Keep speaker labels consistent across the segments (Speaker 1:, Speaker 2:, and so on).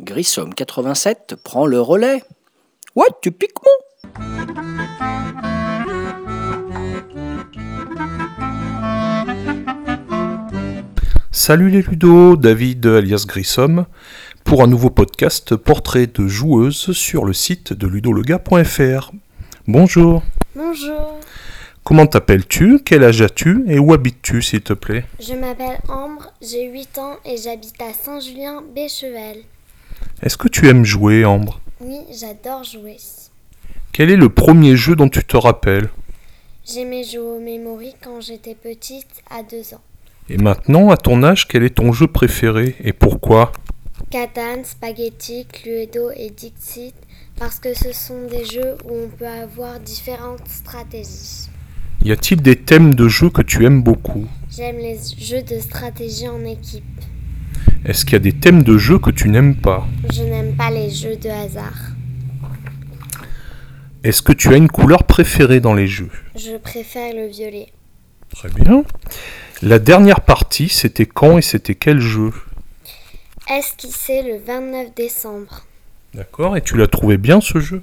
Speaker 1: Grissom 87 prend le relais. Ouais, tu piques mon
Speaker 2: Salut les Ludo, David alias Grissom, pour un nouveau podcast Portrait de joueuse sur le site de ludolega.fr. Bonjour,
Speaker 3: Bonjour,
Speaker 2: comment t'appelles-tu, quel âge as-tu et où habites-tu s'il te plaît
Speaker 3: je m'appelle Ambre, j'ai 8 ans et j'habite à Saint-Julien-Béchevel.
Speaker 2: Est-ce que tu aimes jouer, Ambre
Speaker 3: Oui, j'adore jouer.
Speaker 2: Quel est le premier jeu dont tu te rappelles
Speaker 3: J'aimais jouer au memory quand j'étais petite, à 2 ans.
Speaker 2: Et maintenant, à ton âge, quel est ton jeu préféré et pourquoi
Speaker 3: Catan, Spaghetti, Cluedo et Dixit, parce que ce sont des jeux où on peut avoir différentes stratégies.
Speaker 2: Y a-t-il des thèmes de jeux que tu aimes beaucoup
Speaker 3: J'aime les jeux de stratégie en équipe.
Speaker 2: Est-ce qu'il y a des thèmes de jeux que tu n'aimes pas
Speaker 3: Je n'aime pas les jeux de hasard.
Speaker 2: Est-ce que tu as une couleur préférée dans les jeux
Speaker 3: Je préfère le violet.
Speaker 2: Très bien. La dernière partie, c'était quand et c'était quel jeu
Speaker 3: Esquissé le 29 décembre.
Speaker 2: D'accord, et tu l'as trouvé bien ce jeu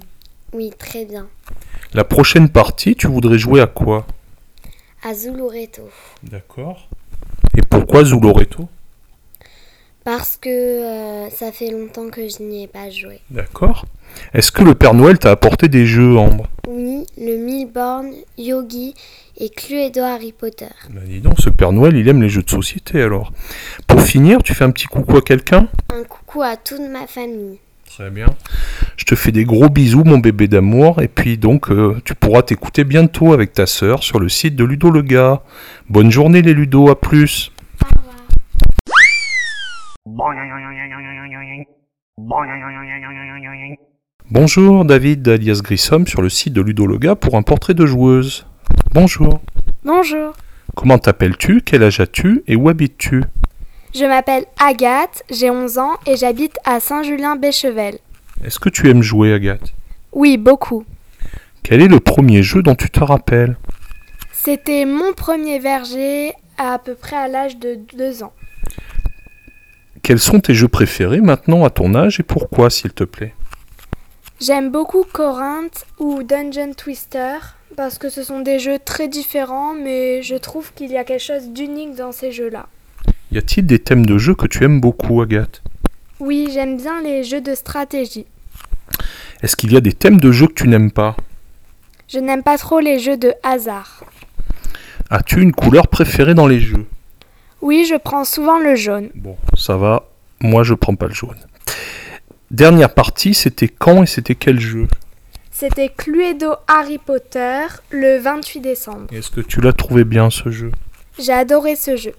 Speaker 3: Oui, très bien.
Speaker 2: La prochaine partie, tu voudrais jouer à quoi
Speaker 3: À Zulureto.
Speaker 2: D'accord. Et pourquoi Zuloreto
Speaker 3: Parce que euh, ça fait longtemps que je n'y ai pas joué.
Speaker 2: D'accord. Est-ce que le Père Noël t'a apporté des jeux, Ambre
Speaker 3: Oui, le Milborn, Yogi et Cluedo Harry Potter.
Speaker 2: Ben dis donc, ce Père Noël, il aime les jeux de société alors. Pour finir, tu fais un petit coucou à quelqu'un
Speaker 3: Un coucou à toute ma famille.
Speaker 2: Très bien. Je te fais des gros bisous, mon bébé d'amour. Et puis donc, euh, tu pourras t'écouter bientôt avec ta sœur sur le site de Ludo le Gars. Bonne journée les Ludo, à plus
Speaker 3: Au revoir.
Speaker 4: Euh,
Speaker 2: Bonjour David alias Grissom sur le site de Ludologa pour un portrait de joueuse. Bonjour.
Speaker 5: Bonjour,
Speaker 2: Comment t'appelles-tu Quel âge as-tu Et où habites-tu
Speaker 5: je m'appelle Agathe, j'ai 11 ans et j'habite à Saint-Julien-Béchevel.
Speaker 2: Est-ce que tu aimes jouer Agathe
Speaker 5: Oui, beaucoup.
Speaker 2: Quel est le premier jeu dont tu te rappelles
Speaker 5: C'était mon premier verger à peu près à l'âge de 2 ans.
Speaker 2: Quels sont tes jeux préférés maintenant à ton âge et pourquoi s'il te plaît
Speaker 5: J'aime beaucoup Corinthe ou Dungeon Twister parce que ce sont des jeux très différents mais je trouve qu'il y a quelque chose d'unique dans ces jeux-là.
Speaker 2: Y a-t-il des thèmes de jeux que tu aimes beaucoup Agathe
Speaker 5: Oui, j'aime bien les jeux de stratégie.
Speaker 2: Est-ce qu'il y a des thèmes de jeux que tu n'aimes pas
Speaker 5: Je n'aime pas trop les jeux de hasard.
Speaker 2: As-tu une couleur préférée dans les jeux
Speaker 5: Oui, je prends souvent le jaune.
Speaker 2: Bon, ça va, moi je prends pas le jaune. Dernière partie, c'était quand et c'était quel jeu
Speaker 5: C'était Cluedo Harry Potter le 28 décembre.
Speaker 2: Est-ce que tu l'as trouvé bien ce jeu
Speaker 5: J'ai adoré ce jeu.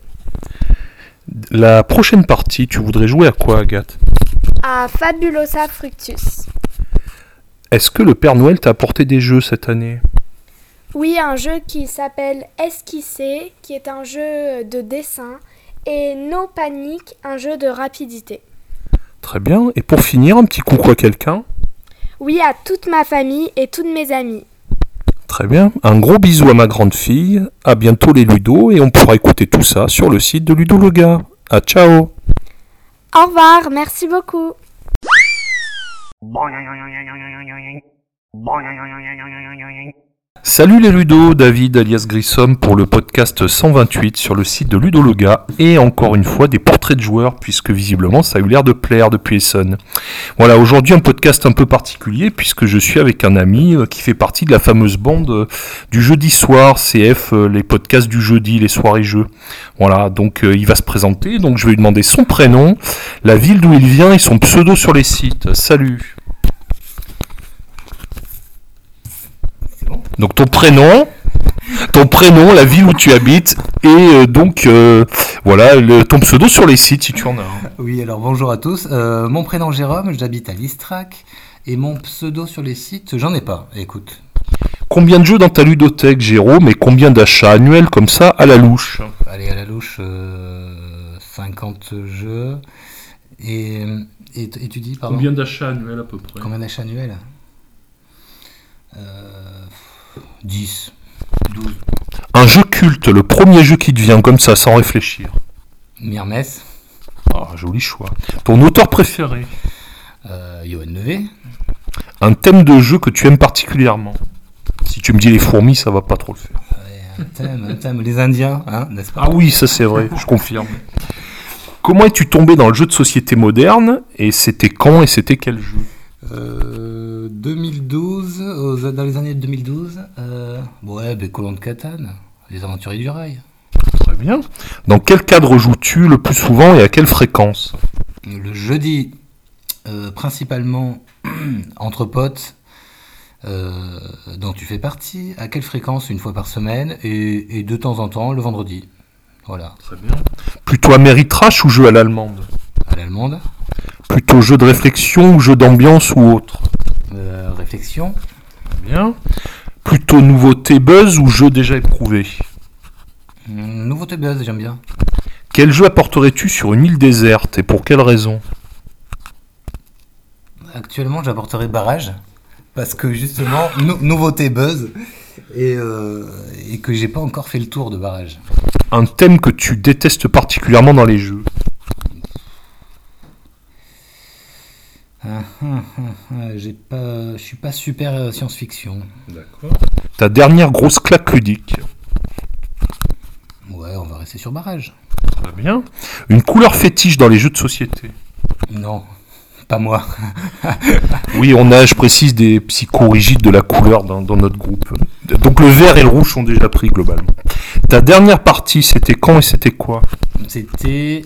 Speaker 2: La prochaine partie, tu voudrais jouer à quoi Agathe
Speaker 5: à Fabulosa Ah, Fructus.
Speaker 2: Est-ce que le Père Noël t'a apporté des jeux cette année
Speaker 5: Oui, un jeu qui s'appelle Esquisser, qui est un jeu de dessin, et No Panic, un jeu de rapidité.
Speaker 2: Très bien, et pour finir, un petit coucou à quelqu'un
Speaker 5: Oui, à toute ma famille et toutes mes amies.
Speaker 2: Très bien, un gros bisou à ma grande fille, à bientôt les Ludo, et on pourra écouter tout ça sur le site de Ludo Lega. À ciao
Speaker 5: Au revoir, merci beaucoup.
Speaker 2: Salut les Ludo, David alias Grissom pour le podcast 128 sur le site de Ludologa et encore une fois des portraits de joueurs puisque visiblement ça a eu l'air de plaire depuis Essonne. Voilà, aujourd'hui un podcast un peu particulier puisque je suis avec un ami euh, qui fait partie de la fameuse bande euh, du jeudi soir CF, euh, les podcasts du jeudi, les soirées jeux. Voilà, donc euh, il va se présenter, donc je vais lui demander son prénom, la ville d'où il vient et son pseudo sur les sites. Salut Donc ton prénom, ton prénom, la ville où tu habites et euh, donc euh, voilà le, ton pseudo sur les sites si tu en as. un.
Speaker 4: Oui, alors bonjour à tous. Euh, mon prénom Jérôme, j'habite à Listrac et mon pseudo sur les sites, j'en ai pas. Écoute,
Speaker 2: Combien de jeux dans ta ludothèque, Jérôme, et combien d'achats annuels comme ça à la louche
Speaker 4: allez à la louche, euh, 50 jeux et Et, et tu dis, pardon,
Speaker 2: Combien d'achats annuels à peu près
Speaker 4: combien d'achats annuels Euh, 10, 12.
Speaker 2: Un jeu culte, le premier jeu qui te vient comme ça, sans réfléchir.
Speaker 4: Mirmès,
Speaker 2: Ah, joli choix. Ton auteur préféré
Speaker 4: euh, Johan Levé,
Speaker 2: Un thème de jeu que tu aimes particulièrement Si tu me dis les fourmis, ça va pas trop le faire.
Speaker 4: un thème, un thème, les Indiens, hein, n'est-ce pas
Speaker 2: Ah oui, ça c'est vrai, je confirme. Comment es-tu tombé dans le jeu de société moderne Et c'était quand et c'était quel jeu
Speaker 4: Euh, 2012, aux- euh, dans les années 2012, euh, ouais, ben, Colon de Catane, Les Aventuriers du Rail.
Speaker 2: Très bien. Dans quel cadre joues-tu le plus souvent et à quelle fréquence
Speaker 4: Le jeudi, euh, principalement entre potes, euh, dont tu fais partie, à quelle fréquence Une fois par semaine et, et de temps en temps le vendredi. Voilà,
Speaker 2: Très bien. Plutôt Amérique Trash ou jeu à l'allemande
Speaker 4: à l'allemande.
Speaker 2: Plutôt jeu de réflexion ou jeu d'ambiance ou autre
Speaker 4: Euh, réflexion,
Speaker 2: Très bien. Plutôt nouveauté buzz ou jeu déjà éprouvé
Speaker 4: Hum, nouveauté buzz, j'aime bien.
Speaker 2: Quel jeu apporterais-tu sur une île déserte et pour quelle raison
Speaker 4: Actuellement, j'apporterai barrage parce que justement, nou- nouveauté buzz et, euh, et que j'ai pas encore fait le tour de barrage.
Speaker 2: Un thème que tu détestes particulièrement dans les jeux
Speaker 4: Ah, ah, ah, ah, j'ai pas, je suis pas super euh, science-fiction.
Speaker 2: D'accord. Ta dernière grosse claque ludique
Speaker 4: Ouais, on va rester sur barrage.
Speaker 2: Très bien. Une couleur fétiche dans les jeux de société
Speaker 4: Non, pas moi.
Speaker 2: Oui, on a, je précise, des psychorigides de la couleur dans, dans notre groupe. Donc le vert et le rouge sont déjà pris globalement. Ta dernière partie, c'était quand et c'était quoi
Speaker 4: C'était,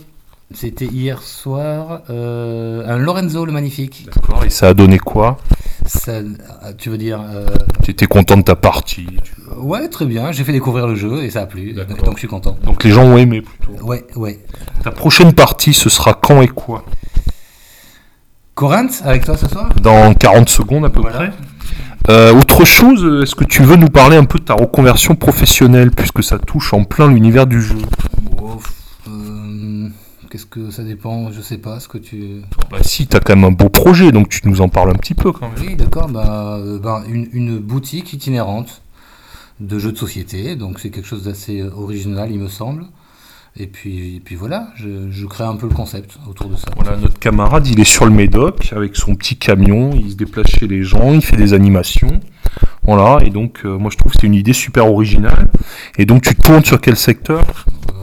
Speaker 4: c'était hier soir euh, un Lorenzo le magnifique.
Speaker 2: D'accord. Et ça a donné quoi
Speaker 4: Ça, ah, tu veux dire euh,
Speaker 2: Tu étais content de ta partie
Speaker 4: Ouais, très bien. J'ai fait découvrir le jeu et ça a plu.
Speaker 2: D'accord.
Speaker 4: Donc, donc je suis content.
Speaker 2: Donc les gens ont aimé plutôt.
Speaker 4: Ouais, ouais.
Speaker 2: Ta prochaine partie, ce sera quand et quoi
Speaker 4: Corinthe avec toi ce soir.
Speaker 2: Dans 40 secondes à peu
Speaker 4: Voilà.
Speaker 2: près. Euh, autre chose, euh, est-ce que tu veux nous parler un peu de ta reconversion professionnelle, puisque ça touche en plein l'univers du jeu
Speaker 4: Oh, pff, euh, Qu'est-ce que ça dépend Je sais pas ce que tu.
Speaker 2: Bah si, t'as quand même un beau projet, donc tu nous en parles un petit peu quand même.
Speaker 4: Oui, d'accord. Bah, euh, bah, une, une boutique itinérante de jeux de société. Donc, c'est quelque chose d'assez euh, original, il me semble. Et puis, et puis voilà, je, je crée un peu le concept autour de ça.
Speaker 2: Voilà, notre camarade, il est sur le Médoc avec son petit camion, il se déplace chez les gens, il fait des animations. Voilà, et donc euh, moi je trouve que c'est une idée super originale. Et donc tu tournes sur quel secteur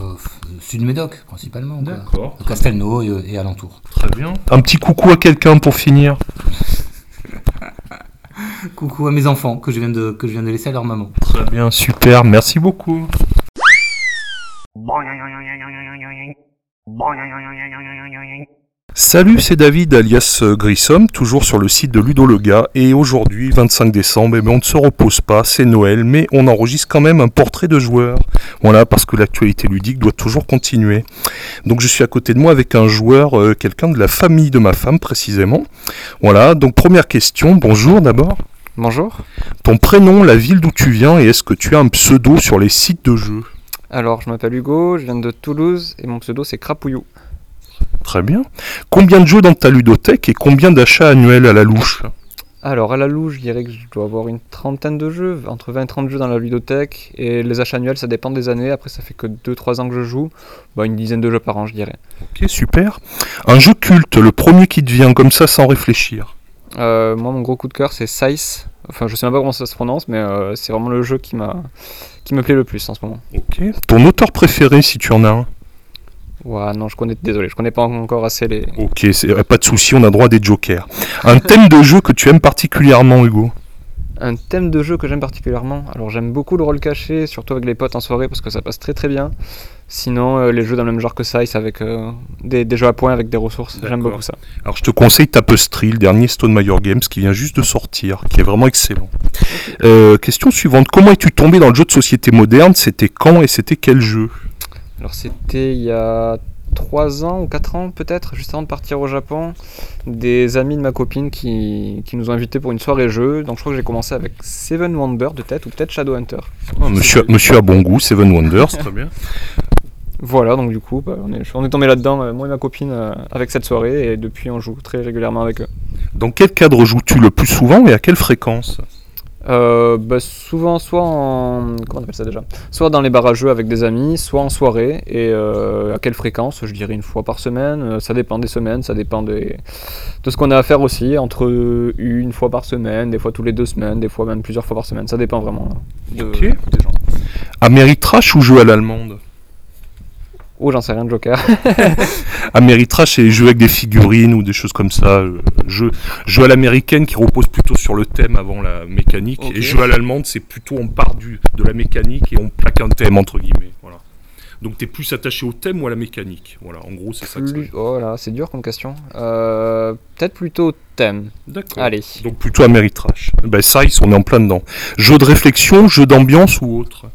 Speaker 4: Euh, f- Sud-Médoc, principalement. quoi.
Speaker 2: D'accord,
Speaker 4: Castelnau euh, et, et alentour.
Speaker 2: très bien. Un petit coucou à quelqu'un pour finir.
Speaker 4: Coucou à mes enfants que je viens de, que je viens de laisser à leur maman.
Speaker 2: Très bien, super, merci beaucoup. Salut, c'est David alias euh, Grissom, toujours sur le site de Ludolega. Et aujourd'hui, 25 décembre, eh ben, on ne se repose pas, c'est Noël, mais on enregistre quand même un portrait de joueur. Voilà, parce que l'actualité ludique doit toujours continuer. Donc je suis à côté de moi avec un joueur, euh, quelqu'un de la famille de ma femme précisément. Voilà, donc première question, bonjour d'abord.
Speaker 6: Bonjour.
Speaker 2: Ton prénom, la ville d'où tu viens et est-ce que tu as un pseudo sur les sites de jeux
Speaker 6: Alors, je m'appelle Hugo, je viens de Toulouse et mon pseudo c'est Crapouillou.
Speaker 2: Très bien. Combien de jeux dans ta ludothèque et combien d'achats annuels à la louche
Speaker 6: Alors, à la louche, je dirais que je dois avoir une trentaine de jeux, entre 20 et 30 jeux dans la ludothèque. Et les achats annuels, ça dépend des années. Après, ça fait que 2-3 ans que je joue. Bah, une dizaine de jeux par an, je dirais.
Speaker 2: Ok, super. Un jeu culte, le premier qui te vient comme ça sans réfléchir.
Speaker 6: Euh, moi, mon gros coup de cœur, c'est Size. Enfin, je sais même pas comment ça se prononce, mais euh, c'est vraiment le jeu qui, m'a... qui me plaît le plus en ce moment.
Speaker 2: Ok. Ton auteur préféré si tu en as un
Speaker 6: Ouah, non, je connais, désolé, je connais pas encore assez les.
Speaker 2: Ok, c'est- euh, pas de souci, on a droit à des jokers. Un thème de jeu que tu aimes particulièrement, Hugo
Speaker 6: Un thème de jeu que j'aime particulièrement. Alors j'aime beaucoup le rôle caché, surtout avec les potes en soirée parce que ça passe très très bien. Sinon euh, les jeux dans le même genre que Size avec euh, des, des jeux à points avec des ressources. J'aime
Speaker 2: D'accord.
Speaker 6: beaucoup ça.
Speaker 2: Alors je te conseille Tapestry, le dernier Stone Mayer Games qui vient juste de sortir, qui est vraiment excellent. Euh, question suivante, comment es-tu tombé dans le jeu de société moderne C'était quand et c'était quel jeu
Speaker 6: Alors c'était il y a 3 ans ou 4 ans peut-être, juste avant de partir au Japon, des amis de ma copine qui, qui nous ont invités pour une soirée jeu. Donc je crois que j'ai commencé avec Seven
Speaker 2: Oh,
Speaker 6: Wonder de tête ou peut-être Shadowhunter.
Speaker 2: Ah, monsieur, monsieur a bon goût, Seven Wonders.
Speaker 6: Voilà, donc du coup, bah, on est, on est tombé là-dedans, euh, moi et ma copine, euh, avec cette soirée, et depuis, on joue très régulièrement avec eux.
Speaker 2: Dans quel cadre joues-tu le plus souvent et à quelle fréquence
Speaker 6: Euh, bah, souvent, soit en. Comment on appelle ça déjà Soit dans les bars à jeux avec des amis, soit en soirée. Et euh, à quelle fréquence Je dirais une fois par semaine. euh, ça dépend des semaines, ça dépend des- de ce qu'on a à faire aussi. Entre une fois par semaine, des fois tous les deux semaines, des fois même plusieurs fois par semaine. Ça dépend vraiment euh, de,
Speaker 2: Ok.
Speaker 6: des gens.
Speaker 2: Améritrash ou jeu à l'allemande
Speaker 6: Oh, j'en sais rien de Joker.
Speaker 2: Améritrash, c'est jeu avec des figurines ou des choses comme ça. euh, Jeu, jeu à l'américaine qui repose plutôt sur le thème avant la mécanique.
Speaker 6: Ok.
Speaker 2: Et jeu à l'allemande, c'est plutôt on part du, de la mécanique et on plaque un thème, entre guillemets. Voilà. Donc t'es plus attaché au thème ou à la mécanique. Voilà, en gros, c'est ça que ça veut
Speaker 6: Plus-
Speaker 2: dire.
Speaker 6: Oh là, c'est dur comme question. Euh, Peut-être plutôt thème.
Speaker 2: D'accord.
Speaker 6: Allez.
Speaker 2: Donc plutôt Améritrash. Ben ça, ils sont en plein dedans. Jeu de réflexion, jeu d'ambiance ou autre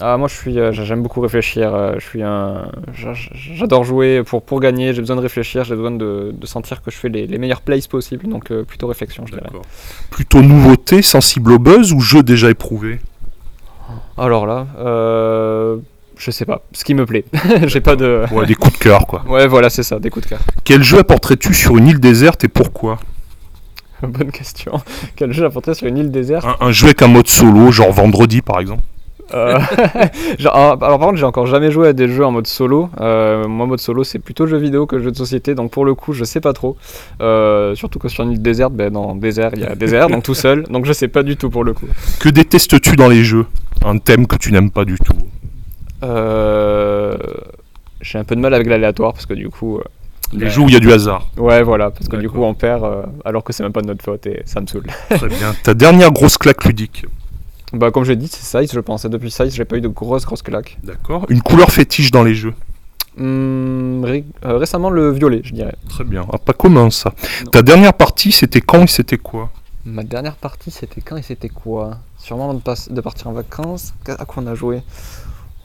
Speaker 6: Ah, moi, je suis, euh, j'aime beaucoup réfléchir. euh, je suis un, j'a- j'adore jouer pour, pour gagner. J'ai besoin de réfléchir. J'ai besoin de, de sentir que je fais les, les meilleurs plays possibles. Donc, euh, plutôt réflexion, je dirais.
Speaker 2: D'accord. Plutôt nouveauté, sensible au buzz ou jeu déjà éprouvé
Speaker 6: Alors là, euh, je sais pas. Ce qui me plaît. J'ai pas de.
Speaker 2: Ouais, des coups de cœur, quoi.
Speaker 6: Ouais, voilà, c'est ça, des coups de cœur.
Speaker 2: Quel jeu apporterais-tu sur une île déserte et pourquoi
Speaker 6: Bonne question. Quel jeu apporterait sur une île déserte
Speaker 2: un, un jeu avec un mode solo, genre vendredi par exemple.
Speaker 6: Euh, genre, ah, alors par contre j'ai encore jamais joué à des jeux en mode solo. Euh, moi mode solo c'est plutôt jeu vidéo que jeu de société donc pour le coup je sais pas trop. Euh, surtout que sur une île déserte, ben dans désert il y a désert donc tout seul donc je sais pas du tout pour le coup.
Speaker 2: Que détestes-tu dans les jeux Un thème que tu n'aimes pas du tout.
Speaker 6: Euh, j'ai un peu de mal avec l'aléatoire parce que du coup euh,
Speaker 2: Les
Speaker 6: Ouais.
Speaker 2: jeux où il y a du hasard.
Speaker 6: ouais voilà parce que du coup
Speaker 2: D'accord.
Speaker 6: on perd euh, alors que c'est même pas de notre faute et ça me saoule.
Speaker 2: Très bien. Ta dernière grosse claque ludique.
Speaker 6: bah comme je l'ai dit c'est Size je pense et depuis Size j'ai pas eu de grosses grosses claques.
Speaker 2: D'accord. Une couleur fétiche dans les jeux.
Speaker 6: Hum, ré- euh, récemment le violet je dirais.
Speaker 2: Très bien. Ah, pas commun ça.
Speaker 6: Non.
Speaker 2: Ta dernière partie, c'était quand et c'était quoi
Speaker 6: Ma dernière partie, c'était quand et c'était quoi Sûrement avant de, pas- de partir en vacances. Qu- À quoi on a joué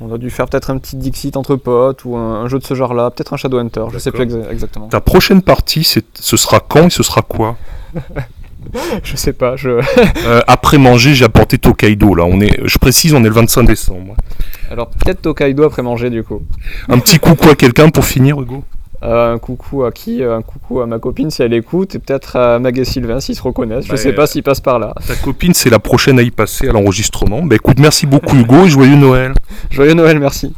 Speaker 6: On a dû faire peut-être un petit Dixit entre potes ou un, un jeu de ce genre-là, peut-être un Shadowhunter, je sais plus exa- exactement.
Speaker 2: Ta prochaine partie, c'est- ce sera quand et ce sera quoi
Speaker 6: je sais pas, je...
Speaker 2: Euh, Après manger, j'ai apporté Tokaido. Là, on est. Je précise, on est le 25 décembre.
Speaker 6: Alors peut-être Tokaido après manger du coup.
Speaker 2: Un petit coucou à quelqu'un pour finir, Hugo.
Speaker 6: Euh, un coucou à qui Euh, Un coucou à ma copine si elle écoute et peut-être à Mag et Sylvain s'ils se reconnaissent,
Speaker 2: Bah,
Speaker 6: je sais
Speaker 2: euh,
Speaker 6: pas s'ils passent par là.
Speaker 2: Ta copine, c'est la prochaine à y passer à l'enregistrement. Bah écoute, merci beaucoup Hugo et joyeux Noël.
Speaker 6: Joyeux Noël, merci.